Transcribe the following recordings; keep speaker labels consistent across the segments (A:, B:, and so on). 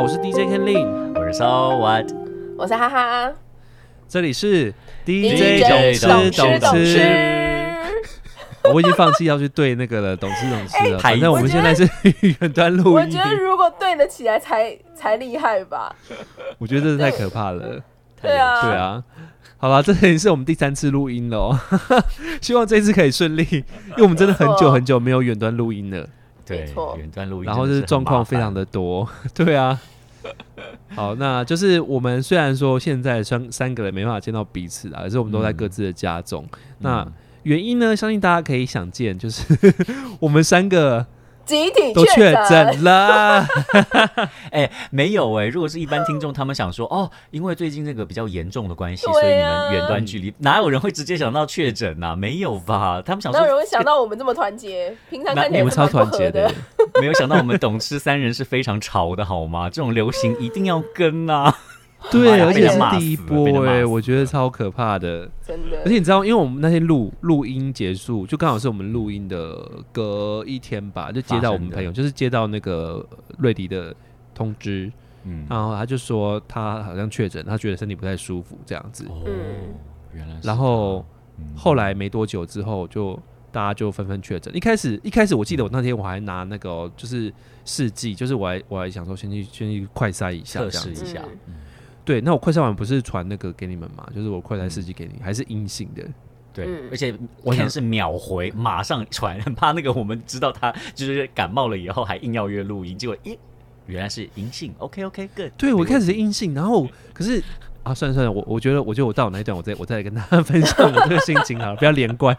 A: 我是 DJ Ken Lin，
B: 我是 So What，
C: 我是哈哈
A: 这里是
B: DJ
A: 懂
B: 懂
A: 吃
B: 吃懂
A: 吃。
C: 吃。
A: 我已经放弃要去对那个了，懂吃懂吃了。
B: 哎
A: 反正我们
C: 我觉
A: 现
C: 得
A: 在是 远端录
C: 我
A: 音
C: 觉，得如果对得起来才才厉害吧。
A: 我觉得这太可怕了。
C: 对啊，
A: 对，啊，好了，这已经是我们第三次录音了哦， 希望这次可以顺利，因为我们真的很久很久没有远端录音了，
B: 对
C: 没错
B: 远端录音，
A: 然后就是状况非常
B: 的
A: 的多。 对啊，好，那就是我们虽然说现在三三个人没办法见到彼此啊，可是我们都在
B: 嗯
A: 各自的家中。那原因呢，相信大家可以想见，就是 我们三个
C: 集体
A: 都确
C: 诊，
A: 诊了。
B: 哎、没有哎、如果是一般听众，他们想说哦，因为最近这个比较严重的关系，
C: 对啊
B: 所以你们远端距离，哪有人会直接想到确诊 呐？没有吧？他们想
C: 哪有人
B: 说
C: 会想到我们这么团结？平常看起
A: 你
C: 来
A: 们
C: 是
A: 超
C: 蛮不
A: 团
C: 合
A: 结
C: 的
A: 的，，
B: 没有想到我们懂吃三人是非常潮的好吗？这种流行一定要跟啊呐、
A: 对，
B: 妈呀
A: 而
B: 被
A: 且
B: 人
A: 是
B: 骂
A: 第一
B: 死了被人
A: 波
B: 骂
A: 哎、
B: 死
A: 我觉
B: 了
A: 得超可怕的。
C: 真的
A: 而。且你知道，因为我们那天录录音结束，就刚好是我们录音的隔一天吧，就接到我们朋友，就是接到那个瑞迪的通知，
B: 嗯，
A: 然后他就说他好像确诊，他觉得身体不太舒服这样子。
B: 哦，
C: 嗯
B: 原来是这
A: 然
B: 样，
A: 后
B: 嗯
A: 后来没多久之后就。大家就纷纷确诊。一开始，一开始我记得我那天我还拿那个哦、就是试剂，就是我还我还想说先去先去快筛一下
B: 测
A: 这样
B: 试
A: 子
C: 嗯
B: 一。下，
A: 对，那我快筛完不是传那个给你们嘛？就是我快筛试剂给
B: 嗯
A: 你，还是阴性的。
B: 对，
C: 嗯
B: 而且
A: 我想
B: 看是秒回，马上传， 很怕那个我们知道他就是感冒了以后还硬要约录音，结果一原来是阴性，OK OK good。
A: 对，我一开嗯始是
B: 没问题
A: 阴性，然后可是啊，算了算了，我我觉得，我觉得我到我那一段，我再我再来跟大家分 享我这个心情好了，不要连贯。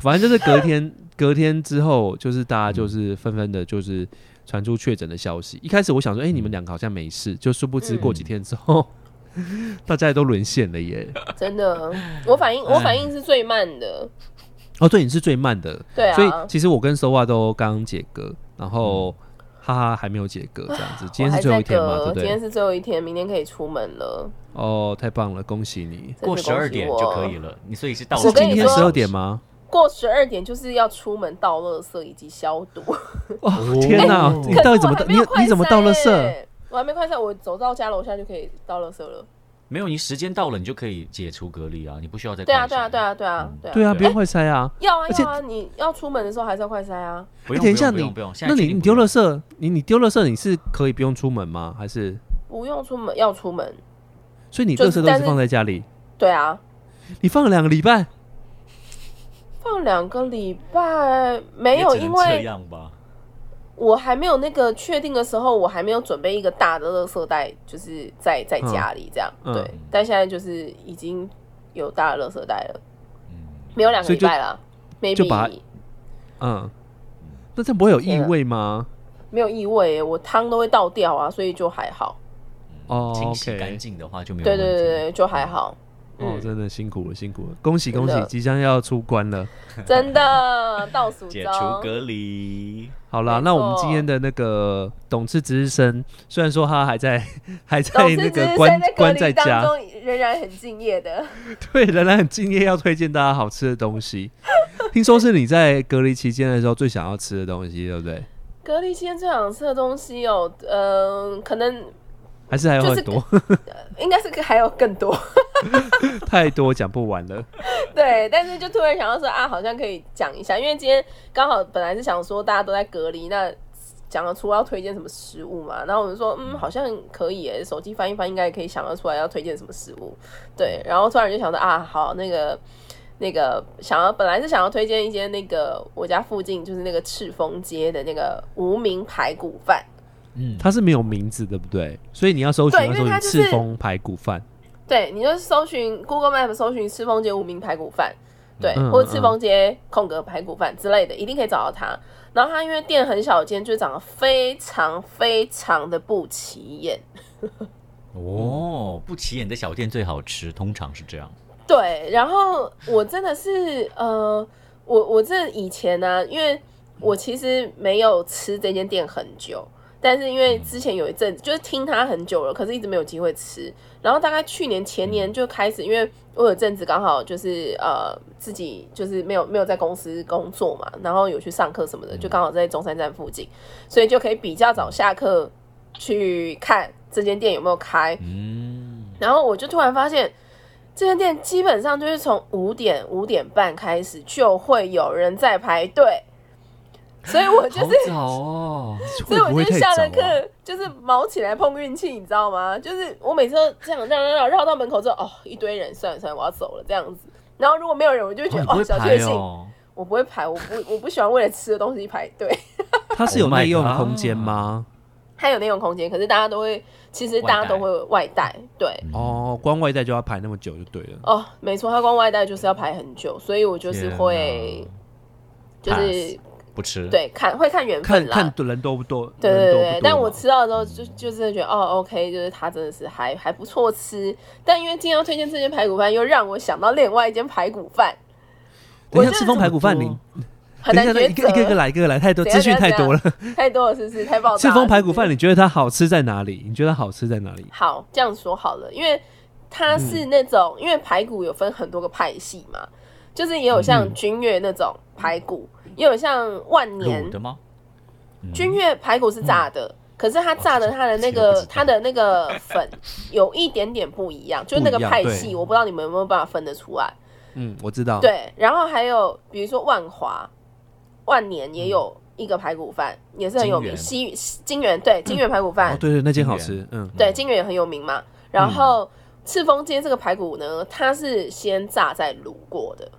A: 反正就是隔天，隔天之后，就是大家就是纷纷的，就是传出确诊的消息。一开始我想说，哎、你们两个好像没事，就殊不知过几天之后， 大家也都沦陷了耶。
C: 真的，我反应我反应是最慢的，
A: 哦，对，你是最慢的，
C: 对啊，
A: 所以其实我跟 Sova 都刚解隔，然后。哈哈，还没有解隔这样子，今天
C: 我还
A: 是最后一天嘛，
C: 在隔
A: 对不
C: 今天
A: 对？
C: 是最后一天，明天可以出门了，
A: 哦，太棒了，恭喜你！
C: 真
B: 过
C: 是
B: 十
C: 恭
B: 二
C: 喜
B: 点
C: 我
B: 就可以。了，你所以是到
C: 我
A: 是
C: 跟
A: 今
C: 你
A: 天
C: 说
A: 十二点吗？
C: 过十二点就是要出门倒垃圾以及消毒。
A: 哦，天哪！
B: 哎
A: 你到底怎么
C: 可
A: 到？
C: 是
A: 你
C: 我还没有快
A: 你怎么到了
C: 筛
A: 色？
C: 耶？我还没快塞，我走到家楼下就可以到垃圾了。
B: 没有你时间到了，你就可以解除隔离啊，你不需要再
C: 对
B: 快
C: 啊，对啊，
B: 筛
C: 对，啊，对啊，对啊，
A: 对啊，不用快塞啊！
C: 要啊
A: 而且
C: 要啊！你要出门的时候还是要快塞啊。
B: 不
A: 哎
B: 用
A: 等一下
B: 不
A: 你
B: 用不用，现在
A: 那
B: 确
A: 你
B: 定
A: 你
B: 不用
A: 丢了色，你你丢了色，你是可以不用出门吗？还是
C: 不用出门，要出门。
A: 所以你
C: 就
A: 垃
C: 是
A: 圾都
C: 但
A: 是
C: 是
A: 放在家里？
C: 对啊，
A: 你放了两个礼拜，
C: 放两个礼拜没有，
B: 也只能
C: 因
B: 这
C: 为
B: 样吧，
C: 我还没有那个确定的时候，我还没有准备一个大的垃圾袋，就是在在家里这样。
A: 嗯
C: 对，但现在就是已经有大的垃圾袋了，
B: 嗯，
C: 没有两个
A: 所以
C: 礼
A: 就
C: 拜啦
A: 就把
C: ，maybe
A: 嗯，那这样不会有异
C: 天啊
A: 味吗？
C: 没有异味欸耶，我汤都会倒掉啊，所以就还好。
A: 哦
B: 嗯清洗
A: OK
B: 干净的话就没有
C: 对
B: 问题。
C: 对对对，就还好。
A: 哦，
C: 嗯，
A: 真的辛苦了，辛苦了！恭喜恭
C: 真
A: 喜，
C: 的
A: 即将要出关了。
C: 真的倒数
B: 解
C: 中
B: 除，隔离，
A: 好啦，
C: 没
A: 那我们
C: 错
A: 今天的那个董事值日生，虽然说他还在 还在
C: 董事
A: 哎那
C: 只
A: 个
C: 是
A: 关
C: 在隔
A: 关
C: 离
A: 在
C: 当
A: 家，
C: 中仍然很敬业的。
A: 对，仍然很敬业，要推荐大家好吃的东西。听说是你在隔离期间的时候最想要吃的东西，对不对？
C: 隔离期间最想吃的东西哦，嗯、可能
A: 还是还有
C: 就
A: 很
C: 是
A: 多，
C: 应该是还有更多，
A: 太多讲不完了。
C: 对。但是就突然想到说啊，好像可以讲一下，因为今天刚好本来是想说大家都在隔离，那讲得出要推荐什么食物嘛，然后我们说嗯，好像可以耶，手机翻一翻应该也可以想得出来要推荐什么食物，对。然后突然就想到啊，好那个。那个想要本来是想要推荐一间那个我家附近就是那个赤峰街的那个无名排骨饭，
B: 嗯，
A: 它是没有名字，对不对？所以你要搜寻，
C: 对
A: 要
C: 因为
A: 搜寻
C: 它就是
A: 赤峰排骨饭。
C: 对，你就是搜寻 Google Map 搜寻赤峰街无名排骨饭，对，
A: 嗯
C: 或者赤峰街空格排骨饭之类的，一定可以找到它。然后它因为店很小间，就长得非常非常的不起眼。
B: 哦，不起眼的小店最好吃，通常是这样。
C: 对，然后我真的是呃，我我这以前呢、因为我其实没有吃这间店很久，但是因为之前有一阵子就是听它很久了，可是一直没有机会吃。然后大概去年前年就开始，因为我有阵子刚好就是呃自己就是没有没有在公司工作嘛，然后有去上课什么的，就刚好在中山站附近，所以就可以比较早下课去看这间店有没有开，
B: 嗯，
C: 然后我就突然发现，这间店基本上就是从五点五点半开始就会有人在排队，所以我就
B: 好
C: 是。
B: 早哦，
C: 所 以
A: 会不
C: 我
A: 会
C: 就
A: 太
C: 下
A: 早
C: 了
A: 啊？
C: 课就是毛起来碰运气，你知道吗？就是我每次都这样绕绕绕绕到门口之后，哦，一堆人，算了算了，我要走了这样子。然后如果没有人，我就会觉
B: 哦
C: 得
B: 你不
C: 哦
B: 会
C: 小
B: 排
C: 确幸。
B: 哦，
C: 我不会排，我不我不喜欢为了吃的东西排队。
A: 它是有
B: Oh my
A: 内用
B: God
A: 空间吗？
C: 它有那种空间，可是大家都会，其实大家都会外带，对。
B: 嗯
A: 哦，光外带就要排那么久就对了。
C: 哦，没错，它光外带就是要排很久，所以我就是会
B: 天，
C: 就
B: 哪
C: 是
B: 不吃，，
C: 对看会看缘
A: 看
C: 分啦，
A: 看人多不多，
C: 对
A: 人多
C: 对对
A: 不多，
C: 对但我
A: 嘛
C: 吃到之后就就真的觉得哦，OK，就是它真的是还还不错吃。但因为今天要推荐这间排骨饭，又让我想到另外一间排骨饭，
A: 等一下
C: 我觉得
A: 吃风排骨饭，你
C: 很
A: 等一
C: 难
A: 下
C: 抉
A: 一个一个一个
C: 择。
A: 来，一个一个来，太多
C: 怎样
A: 资讯太多了。
C: 太多了，是不是？太爆炸了。
A: 赤峰排骨
C: 是不是
A: 饭，你觉得它好吃在哪里？你觉得好吃在哪里？
C: 好，这样说好了，因为它是那种，因为排骨有分很多个派系嘛，就是也有像
A: 嗯
C: 君越那种排骨，也有像万年
B: 卤的吗？嗯
C: 君越排骨是炸的。可是它炸的，它的那
B: 这个不
C: 个
B: 知道
C: 它的那个粉有一点点不一样，就是那个
A: 不一样
C: 派
A: 对
C: 系，我不知道你们有没有办法分得出来。
A: 嗯，我知道。，
C: 对，然后还有比如说万华、万年也有一个排骨饭，也是很有名。
B: 金
C: 西金源对金源排骨饭
A: 哦，，对对，那间
B: 金
A: 好
B: 源
A: 吃。嗯，
C: 对，金源也很有名嘛。然后赤峰街这个排骨呢，它是先炸再卤过的，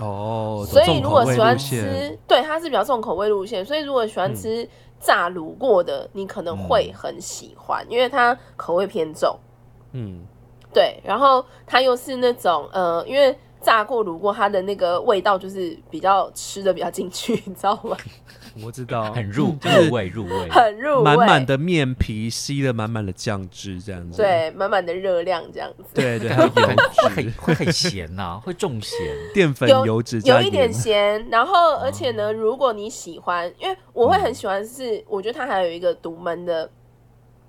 A: 哦，
C: 所以
A: 重
C: 如
A: 口
C: 果
A: 味
C: 喜欢
A: 路线，嗯
C: 吃，对，它是比较重口味路线，所以如果喜欢吃炸卤过的，你可能会很喜欢，因为它口味偏重。
A: 嗯，
C: 对，然后它又是那种呃，因为炸过卤过，它的那个味道就是比较吃的比较进去，你知道 吗？
A: 我知 道，
B: 很入
A: 嗯就是
B: 入味入味，
C: 很入味，
A: 满满的面皮吸了满满的酱汁，这样子。
C: 对，满满的热量这样子。
A: 对 对，还有油
B: 会
A: 脂
B: 很、会很咸呐，会重咸，
A: 淀粉、
C: 有
A: 油脂加
C: 有
A: 盐
C: 一
A: 哦
C: 点咸，然后而且呢，如果你喜欢，因为我
A: 嗯
C: 会很喜欢是，我觉得它还有一个独门的，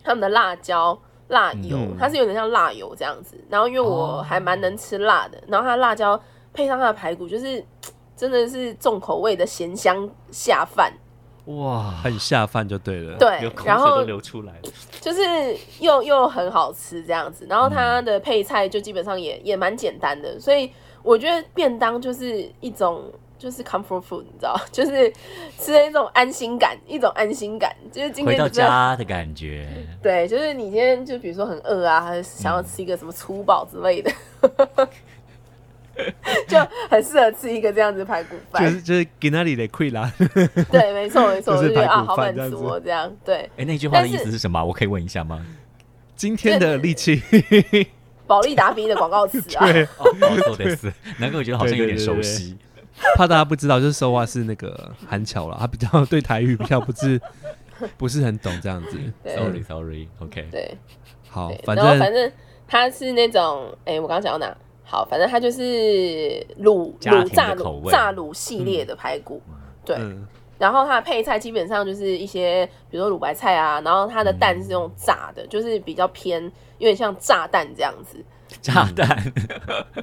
C: 他们的辣椒辣油，
A: 嗯
C: 它是有点像辣油这样子。然后因为我
B: 哦
C: 还蛮能吃辣的，然后它的辣椒配上它的排骨，就是嘖真的是重口味的咸香下饭。
B: 哇，
A: 很下饭就对了。，
C: 对
B: 流，口水
C: 然后
B: 都流出来了，
C: 就是又又很好吃这样子，然后它的配菜就基本上也也蛮简单的，所以我觉得便当就是一种就是 comfort food，你知道，就是吃的一种安心感，一种安心感，就是今
B: 回
C: 天
B: 到
C: 真的
B: 家的感觉。
C: 对，就是你今天就比如说很饿啊，还是想要吃一个什么粗饱之 类的，就很适合吃一个这样子排骨饭，
A: 就是就是给那里的溃啦，
C: 对，没错没
A: 就
C: 错，我
A: 是
C: 就觉
A: 排
C: 得
A: 骨
C: 啊，好
A: 饭
C: 满
A: 这样
C: 足
A: 子
C: 哦，这样对，
B: 哎，那句话的
C: 但是
B: 意思是什么啊？我可以问一下吗？
A: 今天的力气，
C: 保利达 B 的广告词啊，
A: 对，
B: 哦，哦对是，难怪我觉得好像有点熟悉。
A: 怕大家不知道，就是收话是那个韩乔啦，他比较对台语比较不是不是很懂这样子。
C: 对
B: Sorry Sorry OK，
C: 对。
A: 好
C: 对，
A: 反
C: 然后
A: 正
C: 反正它是那种，哎、我刚刚讲到哪？好，反正它就是卤
B: 家庭
C: 卤
B: 的
C: 炸
B: 口
C: 卤
B: 味嗯
C: 炸卤系列的排骨，对。
A: 嗯，
C: 然后它的配菜基本上就是一些，比如说卤白菜啊，然后它的蛋是用炸
B: 嗯
C: 的，就是比较偏有点像炸弹这样 子，
B: 炸弹，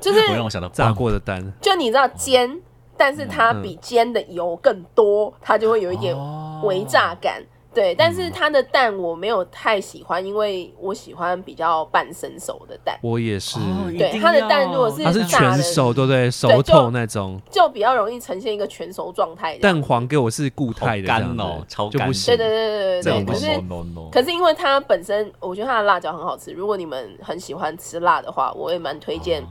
C: 就是
B: 我让我想到
A: 炸
B: 棒
A: 过的蛋，
C: 就你知道煎，但是它比煎的油更多，它就会有一点
B: 嗯哦嗯
C: 微炸感。对，但是它的蛋我没有太喜欢，因为我喜欢比较半生熟的蛋。
A: 我也是，
B: 哦一
C: 对
B: 定
C: 它的
B: 要
C: 蛋如果是
A: 它是
C: 炸的
A: 全熟，对不对？
C: 对
A: 熟
C: 就
A: 透那种，
C: 就比较容易呈现一个全熟状态这样。
A: 蛋黄给我是固态的，
B: 好干
A: 这样子
B: 哦超
A: 就
B: 干
A: 不
C: 对
A: 行。
C: 对对
A: 这
C: 对对对，
A: 样
C: 可
A: 不
C: 是
A: 行
B: no no，
C: 可是因为它本身，我觉得它的辣椒很好吃。如果你们很喜欢吃辣的话，我也蛮推
B: 哦
C: 荐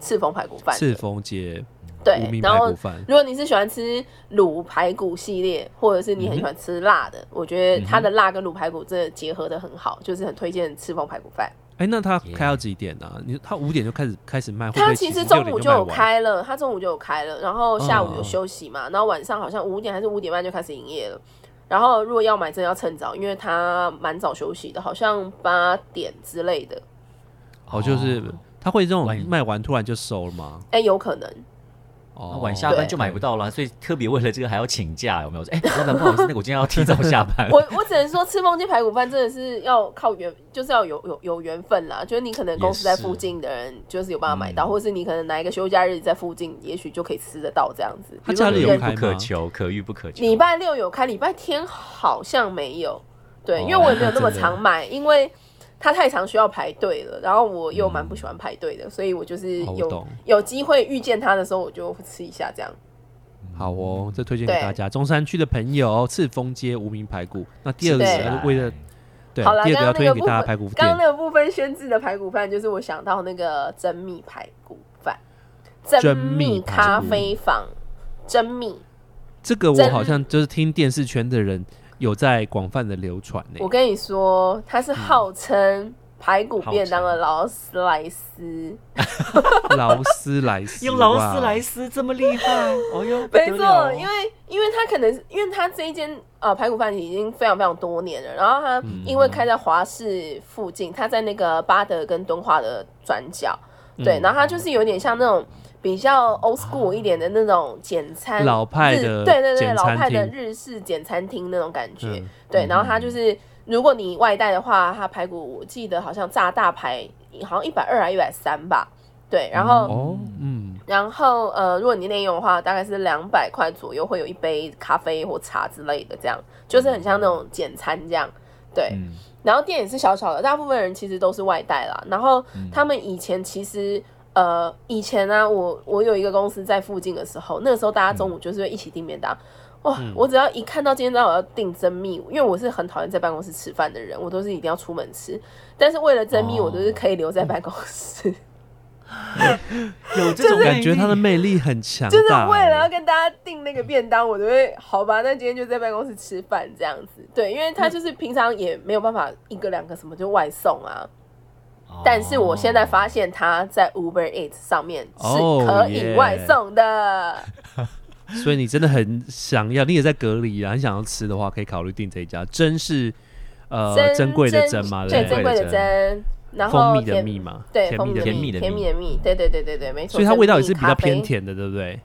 C: 赤峰排骨饭的。
A: 赤峰街无
C: 对，
A: 名
C: 然
A: 排
C: 后
A: 骨饭，
C: 如果你是喜欢吃卤排骨系列，或者是你很喜欢吃辣的，我觉得它的辣跟卤排骨真的结合的很好，就是很推荐赤峰排骨饭。
A: 哎，那它开到几点啊？你它五点就开始开始卖，会不
C: 它
A: 会
C: 其实
A: 6点
C: 中午
A: 就
C: 就
A: 卖
C: 有
A: 完，
C: 开了，它中午就有开了，然后下午有
A: 嗯
C: 休息嘛，然后晚上好像五点还是五点半就开始营业了。然后如果要买，真的要趁早，因为它蛮早休息的，好像八点之类的。
A: 哦，就是
B: 哦
A: 它会这种
B: 晚
A: 卖完突然就收了吗？
C: 哎，有可 能，
B: 那
A: 哦，
B: 晚下班就买不到了，所以特别为了这个还要请假，有没有？哎，老板不好意思，那个我今天要提早下班。
C: 我我只能说吃风鸡排骨饭真的是要靠缘，就是要有有有缘分啦。就是你可能公司在
B: 也是
C: 附近的人，就是有办法买到，
B: 嗯
C: 或是你可能哪一个休假日在附近，也许就可以吃得到这样子。
A: 它
C: 比如说
A: 假日有
C: 人
A: 开
B: 可遇不可求，可遇不可求。
C: 礼拜六有开，礼拜天好像没有。对，
B: 哦
C: 因为我也没有那么
A: 那真的
C: 常买，因为它太常需要排队了，然后我又蛮不喜欢排队的，所以我就是
A: 哦我
C: 有、
A: 懂
C: 有机会遇见它的时候，我就吃一下这样。
A: 好
B: 嗯
A: 哦，这推荐给大家，中山区的朋友，赤峰街无名排骨。那第二个
C: 对
A: 是要为了对，
C: 好啦
A: 第二个要
C: 刚刚那个
A: 推荐给大家
C: 部分
A: 排骨
C: 刚
A: 店
C: 刚。那个部分宣制的排骨饭，就是我想到那个珍蜜排骨饭，珍蜜咖啡坊，珍蜜。
A: 这个我
C: 真
A: 好像就是听电视圈的人有在广泛的流传呢、
C: 我跟你说，它
A: 嗯
C: 是号称排骨便当的劳斯莱斯，
A: 劳斯莱斯，
B: 用劳斯
A: 哇
B: 莱斯这么厉害，哦哟，不
C: 没
B: 得了
C: 错，因为因为它可能是因为它这一间呃排骨饭已经非常非常多年了，然后
A: 嗯
C: 它因为开在华市附近，它在那个巴德跟敦化的转角，
A: 嗯
C: 对，然后它就是有点像那种。比较 old school 一点的那种简餐，
A: 老派
C: 日
A: 的
C: 对对对，
A: 简
C: 老
A: 餐
C: 派的
A: 厅
C: 日式简餐厅那种感觉。
A: 嗯
C: 对，然后它就是，如果你外带的话，它排骨我记得好像炸大排，好像一百二还一百三吧。对，然后、
A: 哦，嗯，
C: 然后呃，如果你内用的话，大概是两百块左右，会有一杯咖啡或茶之类的，这样就是很像那种简餐这样。对，
B: 嗯
C: 然后店也是小小的，大部分人其实都是外带啦。然后
B: 嗯
C: 他们以前其实呃，以前呢、我我有一个公司在附近的时候，那个时候大家中午就是会一起订便当。哇！
B: 嗯
C: 我只要一看到今天中午要订蒸蜜，因为我是很讨厌在办公室吃饭的人，我都是一定要出门吃。但是为了蒸蜜，
B: 哦
C: 我都是可以留在办公室。
B: 有这种
A: 感觉它
B: 他
A: 的魅力很强大、欸
C: 就是为了要跟大家订那个便当，我都会好吧，那今天就在办公室吃饭这样子。对，因为他就是平常也没有办法一个两个什么就外送啊。
A: 哦
C: 但是我现在发现他在 Uber Eats 上面是
A: 哦
C: 可以
A: 耶
C: 外送的。
A: 所以你真的很想要，你也在隔离啊，你想要吃的话，可以考虑订这一家，真是呃珍贵的珍嘛，
C: 对，
A: 对不对？
C: 珍贵的
B: 珍
C: 珍，然
A: 蜂
C: 后
A: 蜜的
C: 甜
A: 蜜嘛，
C: 对，
A: 甜
C: 蜂
A: 蜜
C: 蜜
A: 的
C: 的
B: 蜜
C: 甜
B: 甜
C: 蜜
B: 蜜
C: 的蜜，对对对对对，没错。
A: 所以它味道也
C: 珍
A: 是
C: 蜜
A: 比较
C: 咖啡
A: 偏甜的，对不对？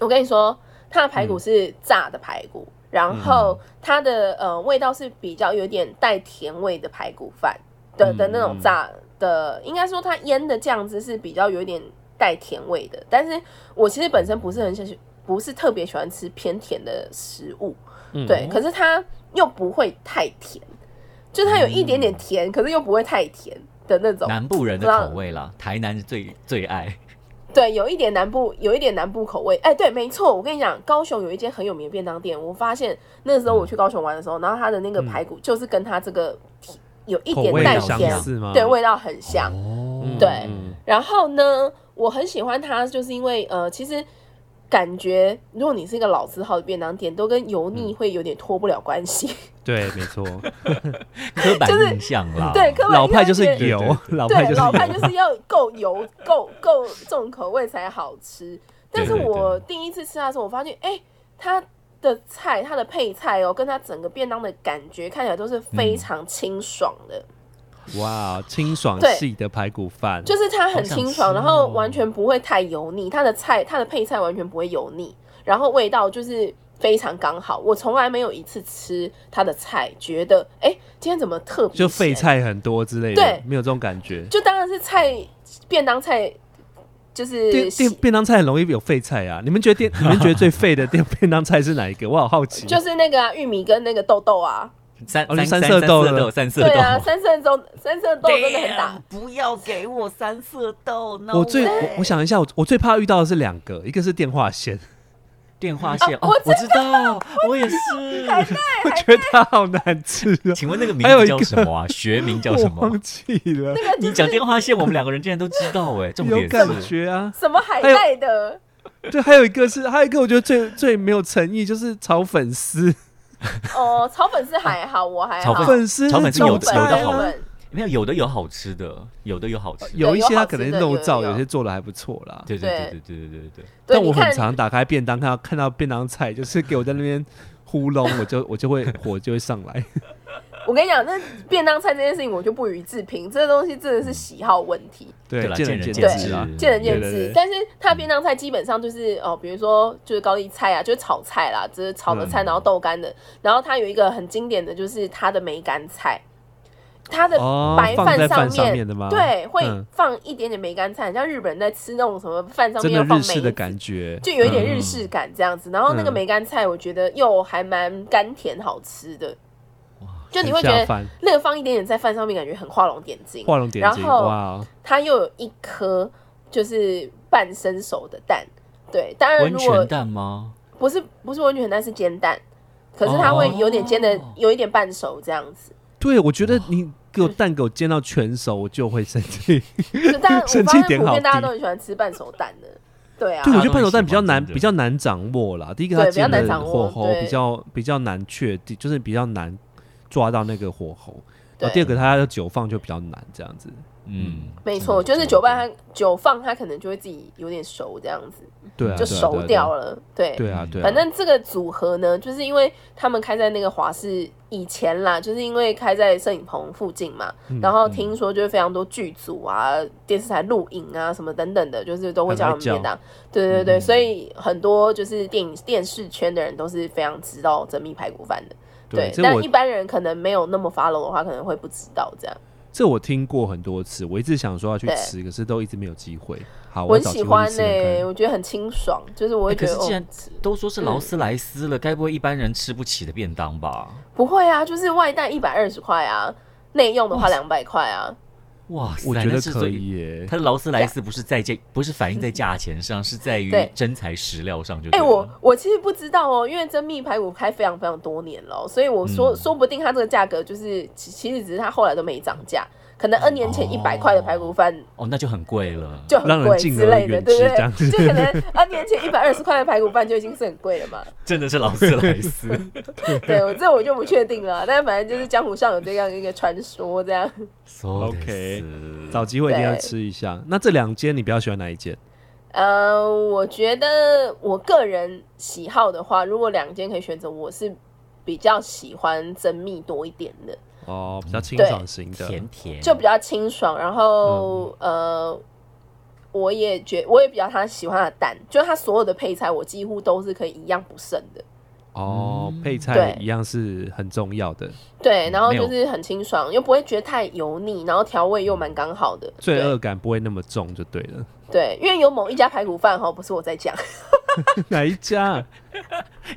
C: 我跟你说，它的排
B: 嗯
C: 骨是炸的排骨，然后它的呃味道是比较有点带甜味的排骨饭
B: 嗯
C: 的的那种炸的，应该说它腌的酱汁是比较有点带甜味的。但是我其实本身不是很喜，不是特别喜欢吃偏甜的食物，
A: 嗯
C: 对，可是它又不会太甜，就是它有一点点甜，可是又不会太甜的那种。
B: 哦南部人的口味啦，台南是最最爱，
C: 对，有一点南部，有一点南部口味。哎，对，没错，我跟你讲，高雄有一间很有名的便当店，我发现那时候我去高雄玩的时候，然后它的那个排骨就是跟它这个甜有一
A: 口
C: 点
A: 味
C: 带
A: 相
C: 甜，
A: 似吗？
C: 对，味道很像。
B: 哦
A: 嗯
C: 对
A: 嗯
C: 然后呢，我很喜欢它，就是因为呃，其实感觉如果你是一个老字号的便当店，都跟油腻会有点脱不了关系。
A: 对，没错，
B: 哦刻板
C: 就是
B: 印象啦，
C: 对，刻板
A: 老
C: 印象
A: 派就是
C: 觉得
A: 油，老派
C: 对，
A: 就是
C: 老派
A: 油，
C: 就是要够油、够够重口味才好吃。但是
B: 对对对
C: 我第一次吃它的时候，我发现，哎、它的菜、它的配菜哦，跟它整个便当的感觉看起来都
A: 嗯
C: 是非常清爽的，
A: 哇，清爽
C: 对
A: 系的排骨饭，
C: 就是它很
B: 好想
C: 清爽，
B: 吃
C: 然后
B: 哦
C: 完全不会太油腻。它的菜、它的配菜完全不会油腻，然后味道就是。非常刚好，我从来没有一次吃它的菜，觉得哎、今天怎么特别
A: 就废
C: 咸
A: 菜很多之类的，
C: 对
A: 没有这种感觉。
C: 就当然是菜便当菜，就是
A: 店
C: 喜
A: 店便当菜很容易有废菜啊！你们觉得 店，你们觉得最废的 店便当菜是哪一个？我好好奇。
C: 就是那个、啊、玉米跟那个豆豆啊，
B: 三
A: 哦
B: 三
A: 三
B: 三
A: 色豆
B: 三色
A: 了
B: 豆，三色
C: 对
B: 豆，
C: 啊，三色豆三色豆真的很打
B: Damn，，不要给我三色豆，no
A: 我最
B: way
A: 我我想一下，我我最怕遇到的是两个，一个是电话 线，
B: 电话线
C: 啊
B: 哦，我知道，我 也是。
C: 哎
A: 我觉得它好难吃啊，
B: 请问那个名
A: 还有
B: 字
A: 一
B: 叫
A: 个
B: 什么啊？学名叫
A: 我
B: 什么
A: 忘？记了，
B: 你讲电话线，我们两个人竟然都知道哎，重
A: 有
B: 点
A: 感
B: 是
A: 觉啊。
C: 什么海带的，
A: 对，还有一个是，还有一个我觉得最最没有诚意就是炒粉 丝，
C: 哦，炒粉丝还好，我还哎好
B: 炒，
A: 粉丝
B: 炒粉丝
A: 是
B: 有
A: 中
B: 的
A: 菜
B: 有的
A: 啊
B: 好没有有的有好吃的，有的有好吃的。
A: 有一
C: 呃有
A: 些
C: 好
A: 它可
C: 吃
A: 能
C: 的
A: 肉
C: 有
A: 燥，
C: 有
A: 有些做的还不错啦。
B: 对
C: 对
B: 对对对对对对对。
C: 对，
A: 但我
C: 你
A: 很
C: 看，
A: 常打开便当，看到看到便当菜，就是给我在那边糊弄，我就我就会火就会上来。
C: 我跟你讲，那便当菜这件事情我就不予置评，这东西真的是喜好问题，
A: 对
B: 对，啦
A: 见
B: 见
A: 仁
B: 仁
A: 见
C: 见
A: 智啊。
B: 智
C: 见仁
A: 对
C: 见
A: 对
C: 智
A: 对。
C: 但是它便当菜基本上就是哦，比如说就是高丽菜啊，就是炒菜啦，就是炒的菜，
B: 嗯
C: 然后豆干的，然后它有一个很经典的就是它的梅干菜，它的
A: 哦
C: 白
A: 放在
C: 上
A: 饭上面的吗
C: 对，会
A: 嗯
C: 放一点点梅干菜，很像日本人在吃那种什么饭上
A: 真
C: 面
A: 的
C: 要放
A: 日
C: 梅
A: 式的
C: 子
A: 感觉，
C: 就有一点
A: 嗯
C: 日式感这样子。然后那个
A: 嗯
C: 梅干菜，我觉得又还蛮甘甜好吃的。就你会觉
A: 很下
C: 得
A: 饭
C: 那个放一点点在饭上面，感觉很画龙点睛。
A: 画龙点睛，
C: 然后
A: 哇，哦
C: 它又有一颗就是半生熟的蛋，对，当然
B: 温
C: 如果
B: 泉蛋吗？
C: 不是不是温泉蛋是煎蛋，可是它会有点煎的、
B: 哦
C: 有一点半熟这样子。
A: 对我觉得
C: 嗯
A: 你给我蛋给我煎到全熟，我就会生气。
C: 就大 家
A: 生气
C: 我发现
A: 点
C: 普
A: 好低
C: 遍大家都很喜欢吃半熟蛋的，对啊
A: 对，，我觉得
B: 大家都
A: 半熟蛋
B: 很
A: 比
B: 喜
A: 较
B: 欢
A: 难，
B: 真的
A: 比较难掌握啦。第一个，它
C: 对比较
A: 煎的
C: 难掌
A: 火
C: 握
A: 候
C: 对
A: 比较比较难确定，就是比较难抓到那个火候。然后
C: 对
A: 第二个，它的久放就比较难，这样子。
B: 嗯，
C: 没错，
B: 真
C: 就
B: 的
C: 是酒吧它久放它可能就会自己有点熟这样子，
A: 对啊，
C: 就
A: 对啊
C: 熟掉。了，对。
A: 对啊，对啊对啊，
C: 反正这个组合呢，就是因为他们开在那个华氏以前啦，就是因为开在摄影棚附近嘛，
A: 嗯
C: 然后听说就是非常多剧组啊、电视台录影啊什么等等的，就是都会叫他们
A: 很爱叫嗯
C: 便当。对对对，所以很多就是电影电视圈的人都是非常知道珍蜜排骨饭的。
A: 对，这
C: 但
A: 我
C: 一般人可能没有那么 follow 的话，可能会不知道这样。
A: 这我听过很多次，我一直想说要去
C: 对
A: 吃，可是都一直没有机会。好，
C: 我
A: 我
C: 很
A: 找
C: 喜
A: 机
C: 欢
A: 会
C: 呢、
A: 去试
C: 我觉得很清爽，就是我会
B: 欸
C: 觉
B: 可
C: 得、
B: 是既然
C: 哦，
B: 都说是劳斯莱斯了，该不会一般人吃不起的便当吧？
C: 不会啊，就是外带一百二十块啊，内用的话两百块啊。
B: 哇
A: 看
B: 塞，
A: 看。我觉得
B: 那是
A: 可
B: 最
A: 以耶，
B: 它的劳斯莱斯不是在 这，不是反映在价钱上，是在于
C: 对
B: 真材实料上就
C: 哎、
B: 对了。
C: 我我其实不知道哦，因为珍蜜排骨开非常非常多年了哦，所以我说、
B: 嗯
C: 说不定它这个价格就是其其实只是它后来都没涨价，可能 N 年前一百块的排骨饭
B: 哦，那就很贵了。
C: 就很
A: 让
C: 贵
A: 人敬
C: 之
A: 而
C: 类的，
A: 远
C: 对
A: 之
C: 不
A: 这样子
C: 对？就可能 N 年前一百二十块的排骨饭就已经是很贵了嘛。
B: 真的是劳斯莱 斯，
C: 对，我这我就不确定了，啊但反正就是江湖上有这样一个传说，这样。
B: そうです
A: OK 找机会一定要吃一下。那这两间你比较喜欢哪一间？
C: 呃，我觉得我个人喜好的话，如果两间可以选择，我是比较喜欢珍蜜多一点的。
A: 哦，比较清
C: 对
A: 爽型的。
B: 甜甜，
C: 就比较清爽。然后、呃，我也觉我也比较他喜欢的蛋，就他所有的配菜我几乎都是可以一样不剩的。
A: 哦，
B: 嗯
A: 配菜
C: 对
A: 一样是很重要的。
C: 对，然后
B: 没有
C: 就是很清爽，又不会觉得太油腻，然后调味又蛮刚好的。
A: 罪恶感不会那么重就对了。
C: 对，对，因为有某一家排骨饭哈，不是我在讲，
A: 哪一家？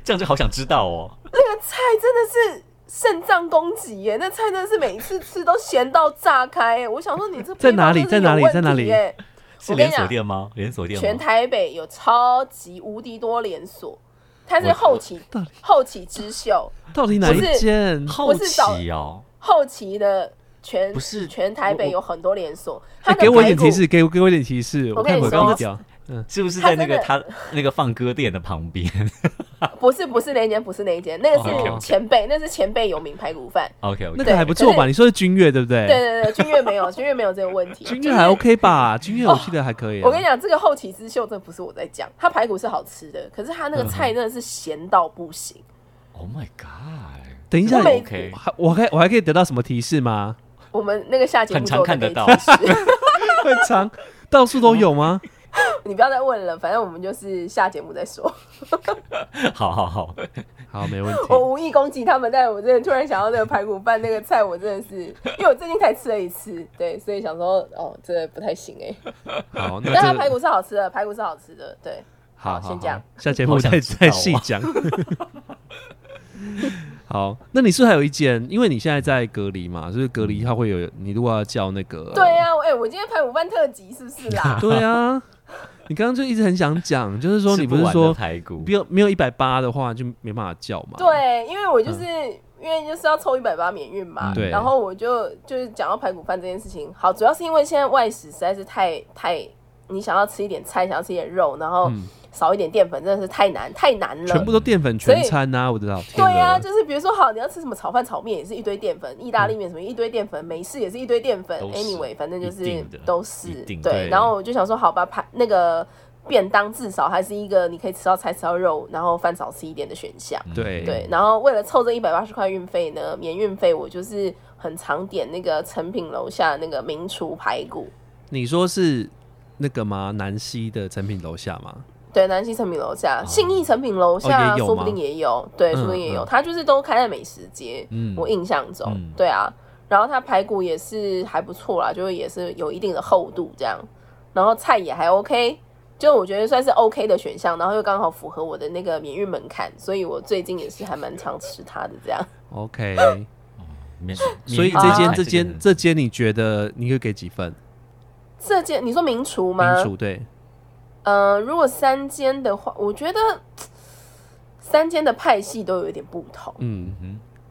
B: 这样就好想知道哦。
C: 那个菜真的是肾脏攻击耶，那菜真的是每一次吃都咸到炸开耶。我想说你这
A: 在哪里
C: 配方真的
A: 在哪里
C: 有问题耶
B: 是
C: 我跟
B: 连
C: 你讲
B: 锁店吗？连锁店
C: 全
B: 吗？
C: 台北有超级无敌多连锁，它是后起
A: 到底
C: 后起之秀，
A: 到底哪一间？
B: 好
C: 不是找
B: 奇哦，
C: 后期的全
B: 不是
C: 全台北有很多连锁，它
A: 哎
C: 的
A: 给我一
C: 排
A: 点
C: 骨
A: 提示，给我给我一点提示，
C: 我
A: 看
C: 跟你
A: 我刚
C: 说
A: 掉。
B: 是不是在那个
C: 他
B: 他那个放歌店的旁边
C: 啊不是不是那一间，不是那一间，那个
A: 哦
C: 是前辈，那是前辈有名排骨饭。
B: ？OK OK，
A: 那个还不错
C: 可
A: 吧？
C: 是
A: 你说是君悦对不对？
C: 对对对，君悦没有，君悦没有这个问题。
A: 君
C: 就
A: 悦
C: 是哦
A: 还 OK 吧？君悦我记得还可以啊。
C: 我跟你讲，这个后起之秀，这不是我在讲，它排骨是好吃的，可是它那个菜真的是咸到不行。
B: Oh my God，OK，
A: 等一下
C: 我，每
A: 我还我还我还可以得到什么提示吗？
C: 我们那个下节目
B: 很常
C: 就有
B: 看
C: 这
B: 得
C: 个
B: 到
C: 提示
A: 很长，到处都有吗？
C: 你不要再问了，反正我们就是下节目再说。
B: 好好好，
A: 好，没问题。
C: 我无意攻击他们，但我真的突然想到那个排骨饭那个菜，我真的是， 因为我最近才吃了一次，对，所以想说，哦，这不太行哎、
A: 好，那
B: 啊
C: 但它
A: 这
C: 排骨是好吃的，排骨是好吃的，对，
A: 好
C: 先这样。
A: 下节目再
B: 好想知道
A: 再
B: 啊
A: 细讲。 好，那你是不是还有一间？因为你现在在隔离嘛，就是隔离，它会有你如果要叫那个，？
C: 对呀、啊，哎、我今天排骨饭特辑是不是啦
A: 对啊，你刚刚就一直很想讲，就是说你
B: 不
A: 不是
B: 完的
A: 说
B: 排骨
A: 没？有没有一百八的话就没办法叫嘛？，
C: 对，因为我
B: 嗯
C: 就是、因为就是要抽一百八免运嘛，
A: 对
C: 然后我就就是讲到排骨饭这件事情，好，主要是因为现在外食实在是太太，你想要吃一点菜，想要吃一点肉，然后
B: 嗯
C: 少一点淀粉，真的是太难太难了，
A: 全部都淀粉全餐呐、啊！我的老天
C: 对呀、
A: 啊，
C: 就是比如说，好，你要吃什么炒饭、炒面也是一堆淀粉，意大利面什么一堆淀粉，美式也是一堆淀粉。
B: 都是
C: Anyway，反正就
B: 一
C: 是
B: 定的
C: 都是
B: 一定的
C: 对
A: 对。
C: 然后我就想说，好吧，排那个便当至少还是一个你可以吃到菜、吃到肉，然后饭少吃一点的选项。
B: 嗯
A: 对
C: 对，然后为了凑这一百八十块运费呢，免运费，我就是很常点那个成品楼下那个名厨排骨。
A: 你说是那个吗？南溪的成品楼下吗？
C: 对，南溪成品楼下、信义成品楼
A: 哦
C: 下，
A: 也有吗
C: 说不定也有，对，
A: 嗯
C: 说不定也有。
A: 嗯
C: 它就是都开在美食街，
B: 嗯
C: 我印象中，
B: 嗯
C: 对啊。然后它排骨也是还不错啦，就是也是有一定的厚度这样，然后菜也还 OK，就我觉得算是 OK 的选项，然后又刚好符合我的那个免运门槛，所以我最近也是还蛮常吃它的这样。
A: OK，
B: 没
A: 所以这间、
B: 哦免
C: 啊
B: 疫
A: 这
B: 力这个
A: 间
B: 很
A: 这间，你觉得你会给几分？
C: 这间你说名厨吗？
A: 民厨对，
C: 呃，如果三间的话，我觉得嘖三间的派系都有一点不同。
A: 嗯，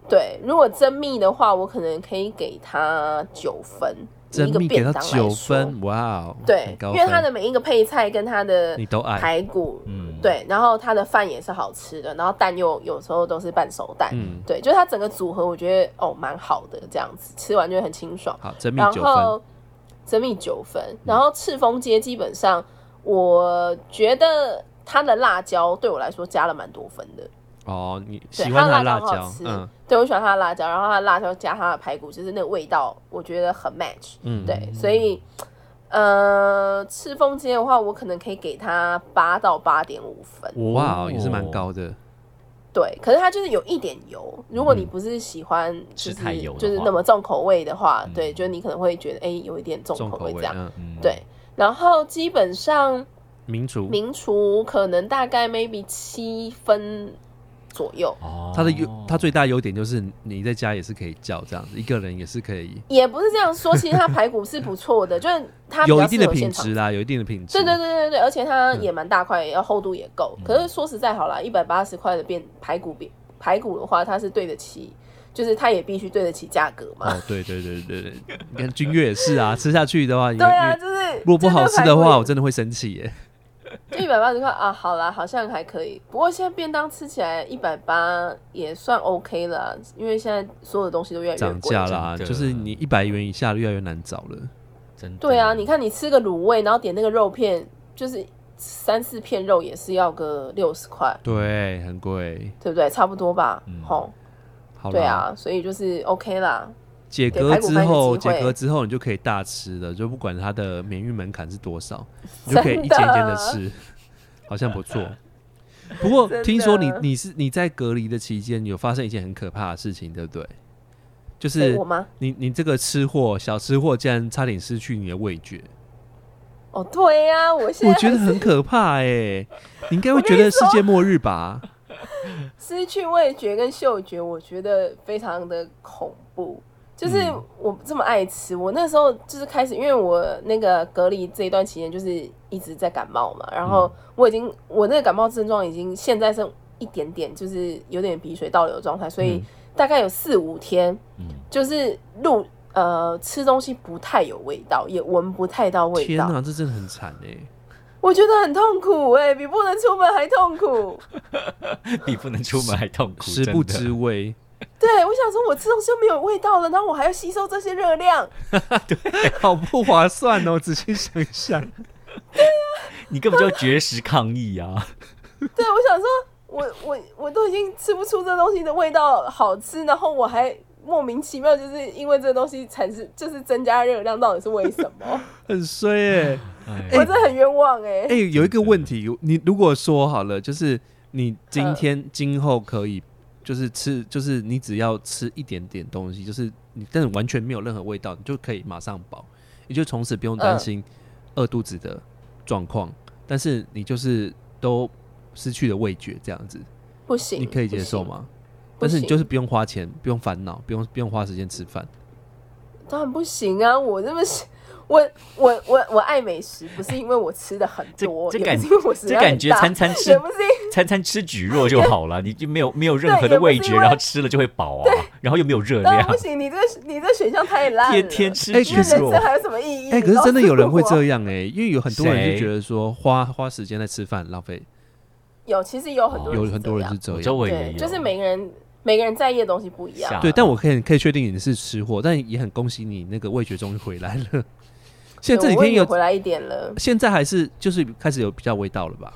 C: 对，如果珍蜜的话，我可能可以给他九分，以
A: 珍
C: 一个
A: 蜜给
C: 便
A: 他
C: 当来
A: 九
C: 说。
A: 分，哇哦，
C: 对
A: 很，高
C: 因为它
A: 分
C: 的每一个配菜跟它的
A: 你都爱，
C: 排骨，
B: 嗯，
C: 对，然后它的饭也是好吃的，然后蛋又有时候都是半熟蛋，
A: 嗯，
C: 对，就是它整个组合，我觉得哦蛮好的，这样子吃完就会很清爽。
A: 好，珍蜜
C: 然
A: 九分，
C: 后珍蜜九分，然后赤峰街基本上我觉得它的辣椒对我来说加了蛮多分的，
A: 哦，你
C: 对
A: 喜欢
C: 它
A: 它的
C: 的辣
A: 辣
C: 椒很好
A: 椒
C: 吃，
A: 嗯
C: 对我喜欢它的辣椒，然后它的辣椒加它的排骨，就是那个味道，我觉得很 match。
A: 嗯，
C: 对，所以呃，赤峰街的话，我可能可以给它八到八点五分。
A: 哇哦，也是蛮高的，
C: 对，可是它就是有一点油。如果你不是喜欢、就是
B: 吃太油的话
C: 就是那么重口味的话，对，就是你可能会觉得哎、有一点重
A: 重
C: 口
A: 口
C: 味
A: 味
C: 这，样。
A: 嗯，
B: 嗯，
C: 对，然后基本上
A: 民厨，
C: 名厨可能大概 maybe 七分左右，
B: 哦，
A: 它的优，它最大优点就是你在家也是可以叫这样子，一个人也是可以，
C: 也不是这样说。其实它排骨是不错的，就是它比较
A: 有一定的
C: 适合
A: 品
C: 现场
A: 质啦，嗯有一定的品质，
C: 对对对对对，而且它也蛮大块，然后厚度也够。可是说实在好啦，一百八十块的变排骨变排骨的话，它是对得起，就是它也必须对得起价格嘛。
A: 哦，对对对对对，你看君越也是啊，吃下去的话，
C: 对啊，
A: 你
C: 就是
A: 如果不好吃的话，我，真的会生气耶。
C: 就一百八十块啊，好啦，好像还可以。不过现在便当吃起来一百八也算 OK 了啊，因为现在所有的东西都越来越
A: 涨
C: 贵。
A: 价啦，
B: 真的
A: 就是你一百元以下越来越难找了。
B: 真的
C: 对啊，你看你吃个卤味，然后点那个肉片，就是三四片肉也是要个六十块，
A: 对，很贵。
C: 对不对？差不多吧
B: 嗯，
C: 吼、
A: 好啦
C: 对，啊，所以就是 OK 啦。
A: 解
C: 给排
A: 隔
C: 骨
A: 之
C: 饭一个
A: 后，
C: 机会
A: 解隔之后你就可以大吃了，就不管它的免疫门槛是多 少，你
C: 真的
A: 就可以一间一间的吃，好像不错。不过
C: 真的
A: 听说你你是你在隔离的期间有发生一件很可怕的事情，对不对？就
C: 诶
A: 是
C: 我吗？
A: 你你这个吃货小吃货竟然差点失去你的味觉，
C: 哦，对呀、我现
A: 我
C: 在
A: 觉得很可怕哎、你应该会觉得世界末日吧？
C: 失去味觉跟嗅觉，我觉得非常的恐怖。就是
A: 嗯
C: 我这么爱吃，我那时候就是开始，因为我那个隔离这一段期间就是一直在感冒嘛，然
A: 嗯
C: 后我已经我那个感冒症状已经现在剩一点点，就是有点鼻水倒流的状态，所以
A: 嗯
C: 大概有四五天
B: 嗯，
C: 就是路呃吃东西不太有味道，也闻不太到味
A: 天
C: 道
A: 哪、，这真的很惨哎、
C: 我觉得很痛苦哎、比不能出门还痛苦。
B: 比不能出门还痛苦，
A: 食
B: 真
A: 不
B: 的
A: 知味。
C: 对，我想说，我吃东西就没有味道了，然后我还要吸收这些热量，
A: 哎好不划算哦！仔细想一想，
B: 你根本就要绝食抗议啊！
C: 对我想说，我我我都已经吃不出这东西的味道好吃，然后我还莫名其妙就是因为这个东西产生就是增加热量，到底是为什 么？
A: 很衰耶。
B: 哎
C: 我真的很冤枉哎、
A: 哎、有一个问题，你如果说好了，就是你今
C: 呃
A: 天今后可以，就是吃，就是你只要吃一点点东西，就是你但是完全没有任何味道，你就可以马上饱，你就从此不用担心饿肚子的状况。但是你就是都失去了味觉，这样子，
C: 不行，
A: 你可以接受
C: 不行？
A: 吗？
C: 嗯不
A: 但
C: 行
A: 是你就是不用花钱，不用烦恼，不用不用花时间吃饭。
C: 当然不行啊！我这么喜我我我我爱美食，不是因为我吃的很
B: 这
C: 多，
B: 这
C: 也
B: 感
C: 不是因为我食
B: 这
C: 量
B: 感
C: 很
B: 觉
C: 大
B: 餐餐吃
C: 也不是因
B: 餐餐吃蒟蒻就好了，你就没有没有任何
C: 对也
B: 的
C: 不是
B: 味
C: 因
B: 觉，
C: 为
B: 然后吃了就会饱啊，然后又没有热
C: 当然
B: 量
C: 不，行，你这个你这选项太烂了，
B: 天天吃
A: 哎
C: 你的人
B: 蒟
C: 生
B: 蒻，
C: 还有什么意义？
A: 哎、可是真的有人会
C: 样？
A: 这样哎、 因为有很多人
B: 谁
A: 就觉得说花花时间在吃饭浪费，
C: 有，其实有很多
A: 哦有
C: 是
A: 很多人是
B: 我啊
A: 这
B: 周
A: 样。
B: 围
C: 这样
B: 也
C: 对，
B: 有，
C: 就是每个人每个人在意的东西不一样
B: 吓。
A: 对，但我可以可以确定你是吃货，但也很恭喜你那个味觉终于回来了。 现在这几
C: 对我胃
A: 天
C: 也
A: 有，
C: 回来一点了。
A: 现在还是就是开始有比较味道了吧？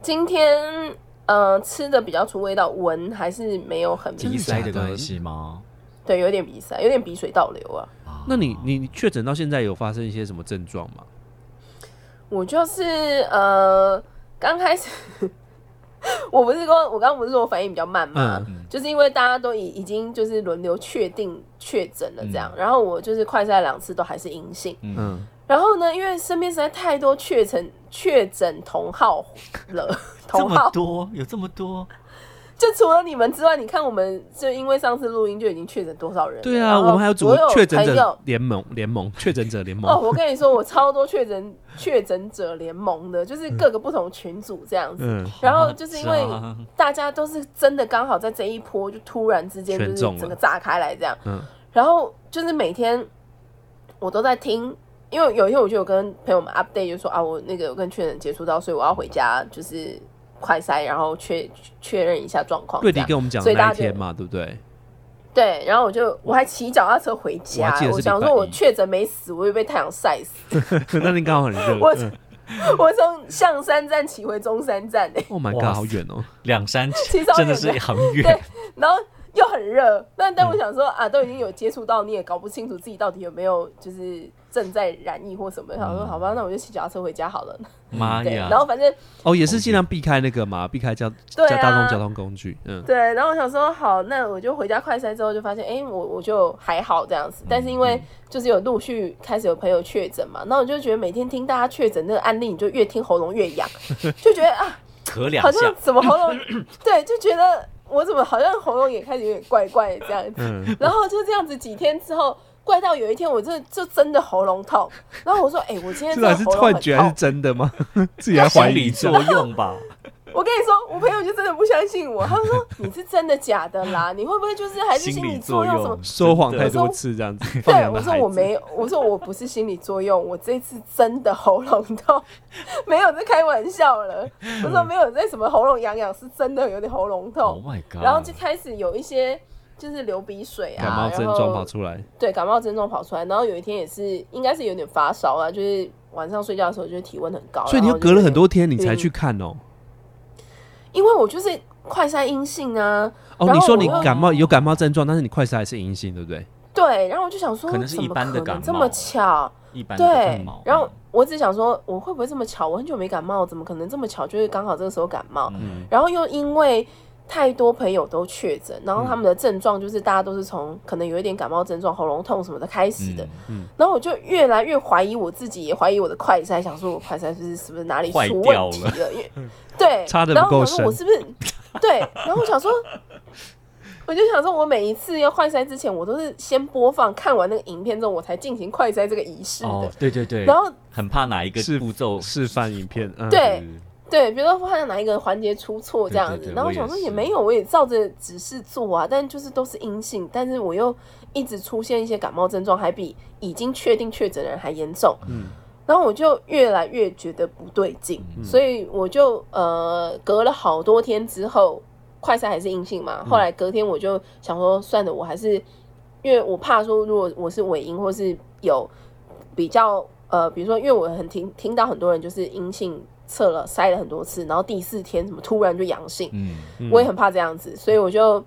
C: 今天呃吃的比较出味道，闻还是没有很
A: 真
B: 鼻
A: 的
C: 鼻
A: 假
B: 塞
A: 的
B: 的关系吗？
C: 对，有点鼻塞，有点鼻水倒流啊。
B: 啊
A: 那你你你确诊到现在有发生一些什么症状吗？
C: 我就是呃刚开始。 我不是说，我刚刚不是说我反应比较慢嘛，
A: 嗯
C: 就是因为大家都已已经就是轮流确定确诊了这样，然后我就是快筛两次都还是阴性，
B: 嗯，
A: 嗯，
C: 然后呢，因为身边实在太多确诊确诊同号了，
B: 这
C: 同
B: 么
C: 号
B: 多有这么多，
C: 就除了你们之外，你看我们就因为上次录音就已经确诊多少人了？
A: 对啊，
C: 然后
A: 我们还有组
C: 哦我有
A: 确诊
C: 朋友
A: 者联盟，联 盟确诊者联
C: 哦，
A: 盟，
C: 我跟你说，我超多确诊确诊者联盟的，就是各个不同群组这样子。
A: 嗯，
C: 然后就是因为
B: 啊
C: 大家都是真的刚好在这一波就突然之间就是
A: 全中了
C: 整个炸开来这样，
A: 嗯
C: 然后就是每天我都在听，因为有一天我就有跟朋友们 update 就说啊，我那个有跟确诊接触到，所以我要回家就是快筛，然后确确认一下状况这
A: 瑞
C: 样。
A: 迪跟我们讲
C: 所
A: 的
C: 以大
A: 那
C: 家
A: 一天嘛，对不对？
C: 对，然后我就我还骑脚踏车回
A: 我
C: 家
A: 还记，得
C: 我
A: 是
C: 想
A: 礼拜
C: 说我
A: 一
C: 确诊没死，我又被太阳晒死。
A: 那天刚好很热
C: 我
A: 嗯
C: 我从象山站骑回中山站欸诶、
A: ，Oh my
B: 哇
A: god，好远哦，
B: 两山
C: 其实好
B: 真的
C: 远
B: 是
C: 的
B: 很
C: 对
B: 远，
C: 然后又很热，但但我想说啊，都已经有接触到，你也搞不清楚自己到底有没有就是正在染疫或什么，想说好吧，那我就骑脚踏车回家好了。
B: 妈
C: 对，
B: 哎呀！
C: 然后反正
A: 哦，也是尽量避开那个嘛，避开交
C: 对
A: 交
C: 啊
A: 大众交通工具，嗯，
C: 对，然后我想说好，那我就回家快筛之后就发现，哎、我我就还好这样子。但是因为就是有陆续开始有朋友确诊嘛，那我就觉得每天听大家确诊那个案例，你就越听喉咙越痒，就觉得啊，
B: 咳两
C: 好
B: 下
C: 像，怎么 喉咙，对，就觉得我怎么好像喉咙也开始有点怪怪的这样子。
A: 嗯，
C: 然后就这样子几天之后，怪到有一天我真的就真的喉咙痛，然后我说，哎、我今天
A: 这
C: 真的
A: 到底是
C: 喉咙
A: 幻
C: 很
A: 觉还是
C: 痛。
A: 真的 吗？自己还怀
B: 心
A: 疑
B: 理
A: 一下，
B: 作用吧。
C: 我跟你说，我朋友就真的不相信我，他们说你是真的假的 啦，你会不会就是还是心理
B: 理
C: 作用什么
B: 用，？
A: 说谎太
B: 真的
A: 多次这样子，放
C: 对，
A: 羊
C: 我
A: 的
C: 说
A: 孩
C: 我
A: 子
C: 没有，我说我不是心理作用，我这次真的喉咙痛， 没有在开玩笑了。我说没有在什么喉咙痒痒，是真的有点喉咙
B: ，Oh
C: 痛。
B: my god！
C: 然后就开始有一些就是流鼻水
A: 啊
C: 啊，
A: 感冒症
C: 然后
A: 状跑出来，
C: 对，感冒症状跑出来，然后有一天也是，应该是有点发烧啊，就是晚上睡觉的时候就是体温很高，
A: 所以你
C: 然
A: 又
C: 后
A: 隔了很多
C: 有
A: 天你
C: 对
A: 才去看哦。
C: 点，因为我就是快筛阴性啊，
A: 哦，
C: 然
A: 你
C: 后
A: 说
C: 我
A: 你
C: 又
A: 感冒有感冒症状，但是你快筛还是阴性，对不对？
C: 对，然后我就想说，
B: 可能是
C: 怎
B: 一
C: 么
B: 般的
C: 可能
B: 感
C: 这
B: 冒
C: 么巧，
B: 一般的
C: 对
B: 感冒，
C: 然后我只想说，我会不会这么巧？我很久没感冒，怎么可能这么巧？就是刚好这个时候感冒，
B: 嗯，
C: 然后又因为太多朋友都确诊，
A: 嗯
C: 然后他们的症状就是大家都是从可能有一点感冒症状、喉咙痛什么的开始
A: 嗯
B: 嗯
C: 的，然后我就越来越怀疑我自己，也怀疑我的快筛，想说我快筛是是不是哪里
B: 坏
C: 出
B: 掉
C: 问题了？因为对，
A: 插得
C: 然
A: 不
C: 后
A: 够
C: 我想说我是不是对？然后我想说，我就想说，我每一次要快筛之前，我都是先播放看完那个影片之后，我才进行快筛这个仪式的。
B: 哦，对对对，
C: 然后
B: 很怕哪一个
A: 是
B: 步骤
A: 示范影片，嗯，
C: 对对，比如说发现哪一个环节出错这样子，
B: 对对对
C: 然后
B: 我也
C: 想说也
B: 是
C: 没有，我也照着指示做啊，但就是都是阴性，但是我又一直出现一些感冒症状，还比已经确定确诊的人还严重。
A: 嗯
C: 然后我就越来越觉得不对劲，所以我就呃隔了好多天之后，快筛还是阴性嘛。后来隔天我就想说，算了，我还是因为我怕说，如果我是尾音或是有比较呃，比如说，因为我很听听到很多人就是阴性测了筛了很多次，然后第四天怎么突然就阳性，
B: 嗯，
A: 嗯
C: 我也很怕这样子，所以我就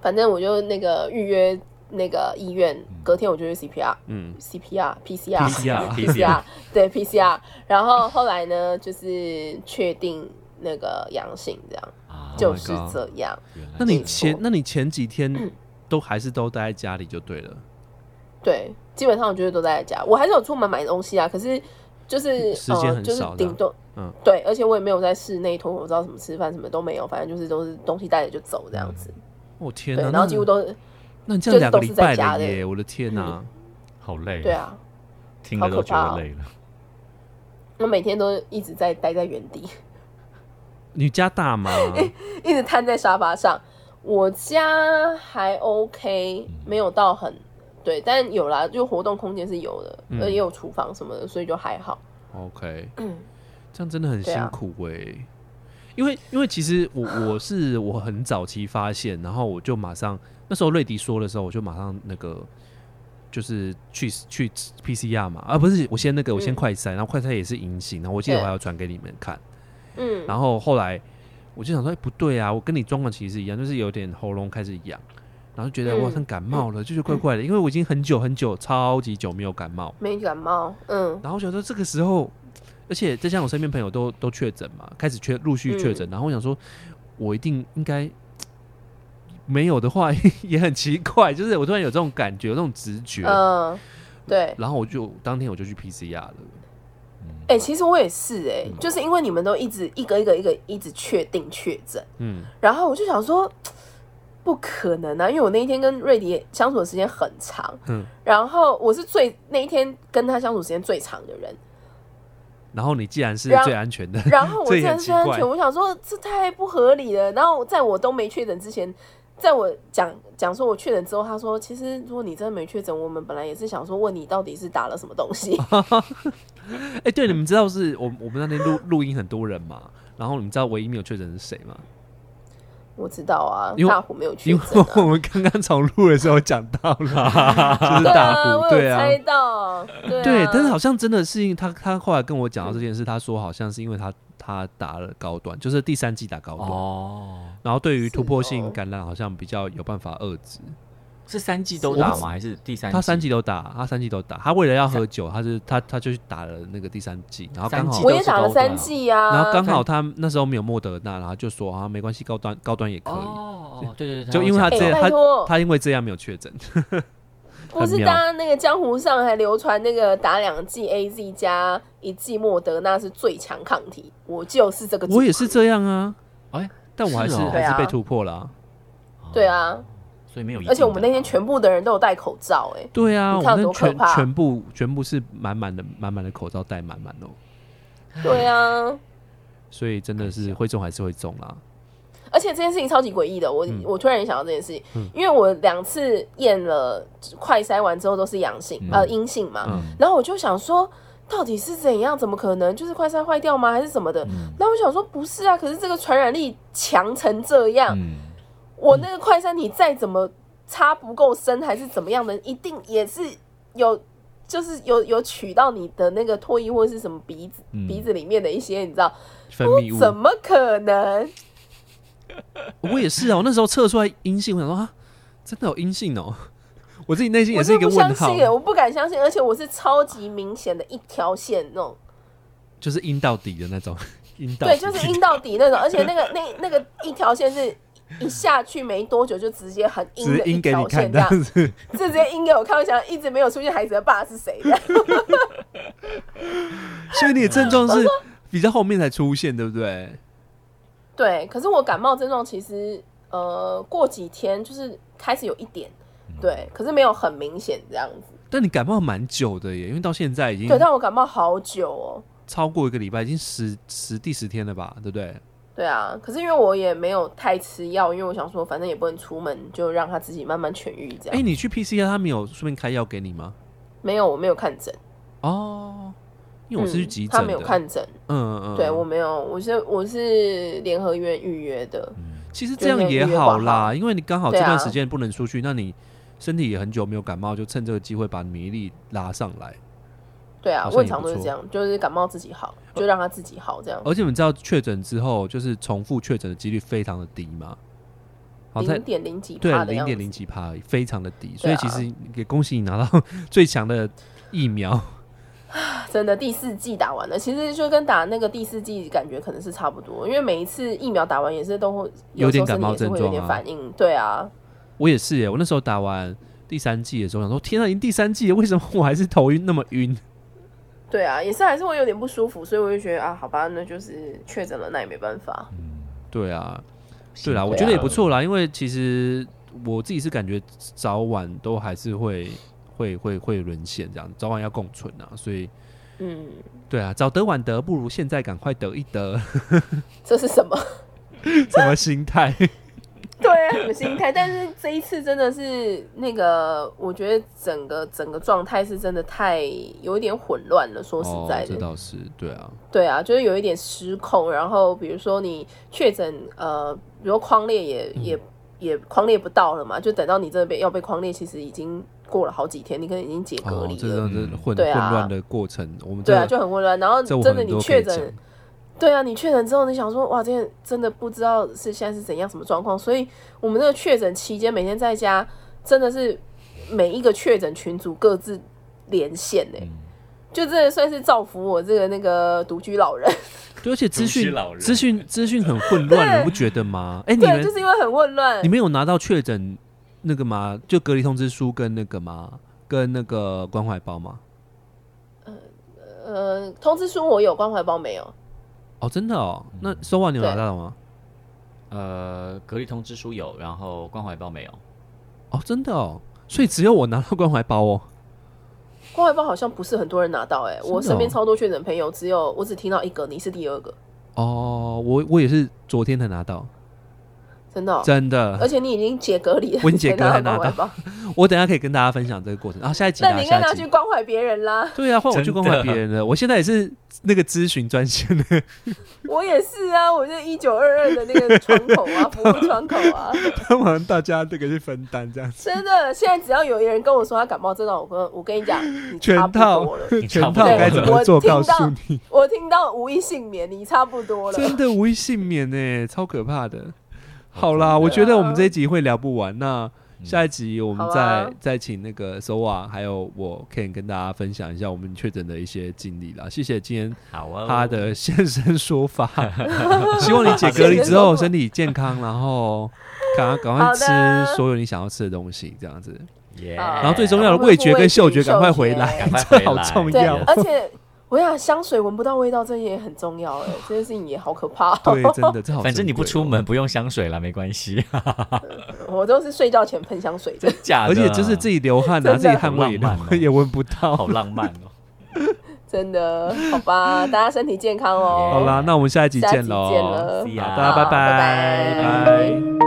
C: 反正我就那个预约那个医院，隔天我就去 CPR。
A: 嗯
C: CPR、
A: PCR
C: PCR 对 PCR，然后后来呢，就是确定那个阳性，这样
B: 啊
C: 就是这
B: Oh
C: 样。
B: my god，
A: 那你
C: 没
A: 前
C: 错
A: 那你前几天都还是都待在家里就对了，
C: 对，基本上我觉得都待在家，我还是有出门买东西啊，可是就是
A: 时间
C: 呃、
A: 很
C: 就是
A: 少的
C: 顶多
A: 嗯
C: 对，而且我也没有在室内脱口罩，什么吃饭什么都没有，反正就是都是东西带着就走这样子。
A: 我嗯哦天
C: 对，
A: 哪，
C: 然后几乎
A: 那
C: 都是
A: 那你这样两个
C: 就是
A: 礼
C: 都是在
A: 拜
C: 家
A: 了
C: 的嗯
A: 耶，我的天哪，
B: 好累，
C: 对，啊，
B: 听了都觉得累了。
C: 我每天都一直在待在原地，
A: 你家大 吗？
C: 一直瘫在沙发上。我家还 OK，没
A: 嗯
C: 有到很对，但有啦，就活动空间是有的，
A: 嗯
C: 呃，也有厨房什么的，所以就还好。
A: OK，
C: 嗯
A: 这样真的很
C: 对
A: 辛
C: 啊
A: 苦哎、因为因为其实 我我是我很早期发现，然后我就马上那时候瑞迪说的时候，我就马上那个就是去去 PCR 嘛，啊不是我先那个我先
C: 嗯
A: 快筛，然后快筛也是阴性，然后我记得我
C: 对
A: 还要传给你们看，
C: 嗯，
A: 然后后来我就想说，哎、不对啊，我跟你状况其实一样，就是有点喉咙开始痒，然后觉得
C: 嗯
A: 我好像感冒了，就是怪怪的，因为我已经很久很久超级久没有感冒，
C: 没感冒，嗯
A: 然后我想说这个时候，而且再加上我身边朋友都都确诊嘛，开始确陆续确
C: 嗯
A: 诊，然后我想说，我一定应该没有的话 也很奇怪，就是我突然有这
C: 呃
A: 种感觉，有这种直觉，
C: 嗯，对，
A: 然后我就当天我就去 PCR 了，
C: 哎、其实我也是哎、
A: 嗯
C: 就是因为你们都一直一个一个一个一直确定确诊，
A: 嗯，
C: 然后我就想说，不可能啊！因为我那一天跟瑞迪相处的时间很长，
A: 嗯，
C: 然后我是最那一天跟他相处时间最长的人，
A: 然后你既然是
C: 然后
A: 最安全的，
C: 然后我
A: 这也
C: 竟然
A: 很
C: 是安
A: 奇怪
C: 全，我想说这太不合理了。然后在我都没确诊之前，在我讲讲说我确诊之后，他说其实如果你真的没确诊，我们本来也是想说问你到底是打了什么东西。
A: 哎、对，你们知道是我我们那天录录音很多人嘛，然后你们知道唯一没有确诊是谁吗？
C: 我知道啊
A: 因，为
C: 大虎没有确
A: 因为
C: 诊、
A: 我
C: 啊。
A: 们刚刚重录的时候讲到了， 就是
C: 对
A: 大
C: 啊，
A: 虎，
C: 我
A: 对
C: 有
A: 啊，
C: 猜到，对啊
A: 对，但是好像真的是因他他后来跟我讲到这件事，他说好像是因为他他打了高端，就是第三季打高端，
B: 哦，
A: 然后对于突破
C: 是哦
A: 性感染好像比较有办法遏制。
B: 是三季都打
A: 我不
B: 吗？还是第三？
A: 他三季，都打，他三季都打，他为了要喝酒，他是他他就去打了那个第三季，然后刚
B: 三
A: 好
B: 剂
C: 我也打了三剂啊，
A: 然后刚好他那时候没有莫德纳，然后就说啊没关系，高端高端也可以。
B: 哦，对对对，
A: 就因为他
B: 有
A: 这
B: 讲
A: 样，
C: 哎拜
A: 他
C: 托
A: 他因为这样没有确诊，
C: 不是
A: 很妙
C: 大家那个江湖上还流传那个打两剂 A Z 加一剂莫德纳是最强抗体，我就是这个组合。
A: 我也是这样啊，
B: 哎，
A: 但我还是
B: 是哦
A: 还是
C: 对
A: 被
C: 啊
A: 突破了啊。
C: 对啊，
B: 所以没有一定的。
C: 而且我们那天全部的人都有戴口罩、哎，
A: 对啊，我
C: 你看
A: 们
C: 多可
A: 全
C: 怕
A: 全部全部是满满的满满的口罩戴满满哦，
B: 嗯
C: 对啊，
A: 所以真的
C: 哎
A: 是会中还是会中啦。
C: 哦而且这件事情超级诡异的，我、
A: 嗯
C: 我突然也想到这件事情，
A: 嗯
C: 因为我两次验了快筛完之后都是阳性、
B: 嗯
C: 呃阴性嘛，
A: 嗯
C: 然后我就想说到底是怎样，怎么可能就是快筛坏掉吗，还是什么的？
B: 嗯
C: 那我想说不是啊，可是这个传染力强成这样，
B: 嗯，
C: 我那个快餐你再怎么插不够深还是怎么样的，一定也是有，就是有有取到你的那个唾液或是什么鼻子、
B: 嗯
C: 鼻子里面的一些，你知道？
A: 分泌
C: 怎
A: 物，
C: 么可能？
A: 我也是啊，我那时候测出来阴性，我想说啊，真的有阴性哦， 我自己内心
C: 我
A: 也是一
C: 就
A: 个
C: 不
A: 问
C: 相
A: 号
C: 信，欸耶，我不敢相信，而且我是超级明显的一条线那种，
A: 就是阴到底的那种，阴到
C: 对，
A: 底
C: 就是阴到底 那种，而且那个那那个一条线是。一下去没多久就直接很阴
A: 只
C: 的
A: 是
C: 一
A: 阴给你
C: 条
A: 看
C: 线
A: 这
C: 这样，
A: 样子。
C: 就直接阴给我看，我想一直没有出现孩子的爸是谁 的，
A: 所以你的症状是比较后面才出现，对不对？
C: 对，可是我感冒症状其实呃过几天就是开始有一点，对，
A: 嗯
C: 可是没有很明显这样子。
A: 但你感冒蛮久的耶，因为到现在已经
C: 对，但我感冒好久哦。
A: 超过一个礼拜，已经十十第十天了吧，对不对？
C: 对啊，可是因为我也没有太吃药，因为我想说反正也不能出门，就让他自己慢慢痊愈这
A: 哎、
C: 样。
A: 你去 PCR 他没有顺便开药给你吗？
C: 没有，我没有看诊，
A: 哦，因为我是去
C: 嗯
A: 急诊、的，
C: 他没有看诊，
A: 嗯，嗯嗯，
C: 对我没有，我是我是联合医院预约的，
A: 其实这样也好啦，因为你刚好这
C: 对
A: 段
C: 啊
A: 时间不能出去，那你身体也很久没有感冒，就趁这个机会把免疫力拉上来。
C: 对啊
A: 好，像也
C: 问常都是
A: 不错哦
C: 这样，就是感冒自己好，就让他自己好这样，
A: 而且你们知道确诊之后，就是重复确诊的几率非常的低嘛，好在
C: 零点零几
A: 对
C: 帕的
A: 零
C: 样子
A: 点，零几帕而已，非常的低，所
C: 对
A: 以
C: 啊
A: 其实也恭喜你拿到最强的疫苗。
C: 真的第四季打完了，其实就跟打那个第四季感觉可能是差不多，因为每一次疫苗打完也是都会
A: 有点
C: 时候
A: 感
C: 身体
A: 冒
C: 也是
A: 症
C: 会
A: 状
C: 有点
A: 啊
C: 反应，对啊，
A: 我也是耶，我那时候打完第三季的时候，想说天啊，已经第三季了，为什么我还是头晕那么晕？
C: 对啊，也是还是会有点不舒服，所以我就觉得啊，好吧，那就是确诊了，那也没办法。
A: 对啊，对啊啦，
B: 辛苦
A: 我觉得也
B: 了
A: 不。错啦，因为其实我自己是感觉早晚都还是会会会会沦陷这样，早晚要共存啊，所以
C: 嗯，
A: 对啊，早得晚得不如现在赶快得一得，
C: 这是什么？
A: 什么心 态？
C: 对啊，什么心态？但是这一次真的是那个，我觉得整个整个状态是真的太有一点混乱了。说实在
A: 哦这
C: 的，
A: 倒是对啊，
C: 对啊，就是有一点失控。然后比如说你确诊，呃，比如说框列也、
A: 嗯
C: 也也框列不到了嘛，就等到你真的被要被框列，其实已经过了好几天，你可能已经解隔
A: 哦，
C: 离
A: 这
C: 了。
A: 真的是混、
C: 对啊
A: 混乱的过程，我们
C: 对
A: 这
C: 啊，就很混乱。然后
A: 这我
C: 真的
A: 很
C: 你
A: 多可
C: 确
A: 以讲，
C: 诊，对啊，你确诊之后，你想说哇，这件真的不知道是现在是怎样什么状况，所以我们那个确诊期间每天在家，真的是每一个确诊群组各自连线呢、
A: 嗯
C: 就真的算是造福我这个那个独居老人，
A: 对，而且资
B: 独居
A: 讯
B: 老人
A: 资讯资讯很混乱，你不觉得吗？哎、你
C: 对，
A: 们、
C: 就是因为很混乱
A: 你。们有拿到确诊那个吗？就隔离通知书跟那个吗？跟那个关怀包吗？
C: 呃，通知书我有，关怀包没有。
A: 哦，真的哦，那收完你有拿到吗？
B: 呃，隔离通知书有，然后关怀包没有。
A: 哦，真的哦，所以只有我拿到关怀包哦。
C: 关怀包好像不是很多人拿到、欸，哎、
A: 真的
C: 我身边
A: 哦
C: 超多确诊朋友，只有我只听到一个，你是第二个，
A: 哦，我我也是昨天才拿到，
C: 真的哦、
A: 真
C: 哦而
A: 的。
C: 且你已经解隔离了，
A: 我已经解隔离
C: 你才
A: 还
C: 拿
A: 拿
C: 到
A: 到
C: 关怀包，
A: 我等一下可以跟大家分享这个过程，然、啊后下一集
C: 那
A: 拿
C: 你应该
A: 下
C: 拿
A: 一
C: 去
A: 集。
C: 关怀别人啦。
A: 对啊，换我去
B: 真的
A: 关怀别人了。我现在也是那个咨询专线的，
C: 我也是啊，我是一九二二的那个窗口啊，服务窗口啊，
A: 帮忙大家这个去分担这样子，
C: 真的。现在只要有人跟我说他感冒症状，我跟我跟你讲，你
A: 全
C: 差不
A: 套
C: 多了。
A: 全
B: 差不
A: 套
B: 多
A: 该怎么做
C: 我听到
A: 告诉你，
C: 我听到无一幸免，你差不多了。
A: 真的无一幸免呢，超可怕的。好啦，我觉得我们这一集会聊不完，那下一集我们
C: 好
A: 再、
C: 啊
A: 再请那个 Sova 还有我 Ken 跟大家分享一下我们确诊的一些经历啦。谢谢今天
B: 好啊、
A: 他的现身说法，希望你解隔离之后身体健康，然后赶快赶快
C: 好的
A: 吃所有你想要吃的东西，这样子。
B: 耶，
C: 然
A: 然后最重要的味觉跟嗅觉赶快回来，
B: 赶快回来，
A: 好重要
C: 对，而且我想香水闻不到味道，这也很重要哎、这件事情也好可怕、哦。
A: 对，真的，这好。
B: 反正你不出，门不用香水了，没关系。
C: 我都是睡觉前喷香水的，
B: 真假的？
A: 而且就是自己流汗啊，
C: 真的
A: 自己汗味也
B: 好浪漫哦
A: 也闻不到
B: 好。浪漫 哦。
C: 真的，好吧，大家身体健康哦。
A: 好啦，那我们下一集
C: 下集
A: 见
C: 见
A: 喽，
C: 了，
B: See
A: 好大
B: ya
A: 家拜
C: 好拜
A: 拜，
C: 拜
A: 拜。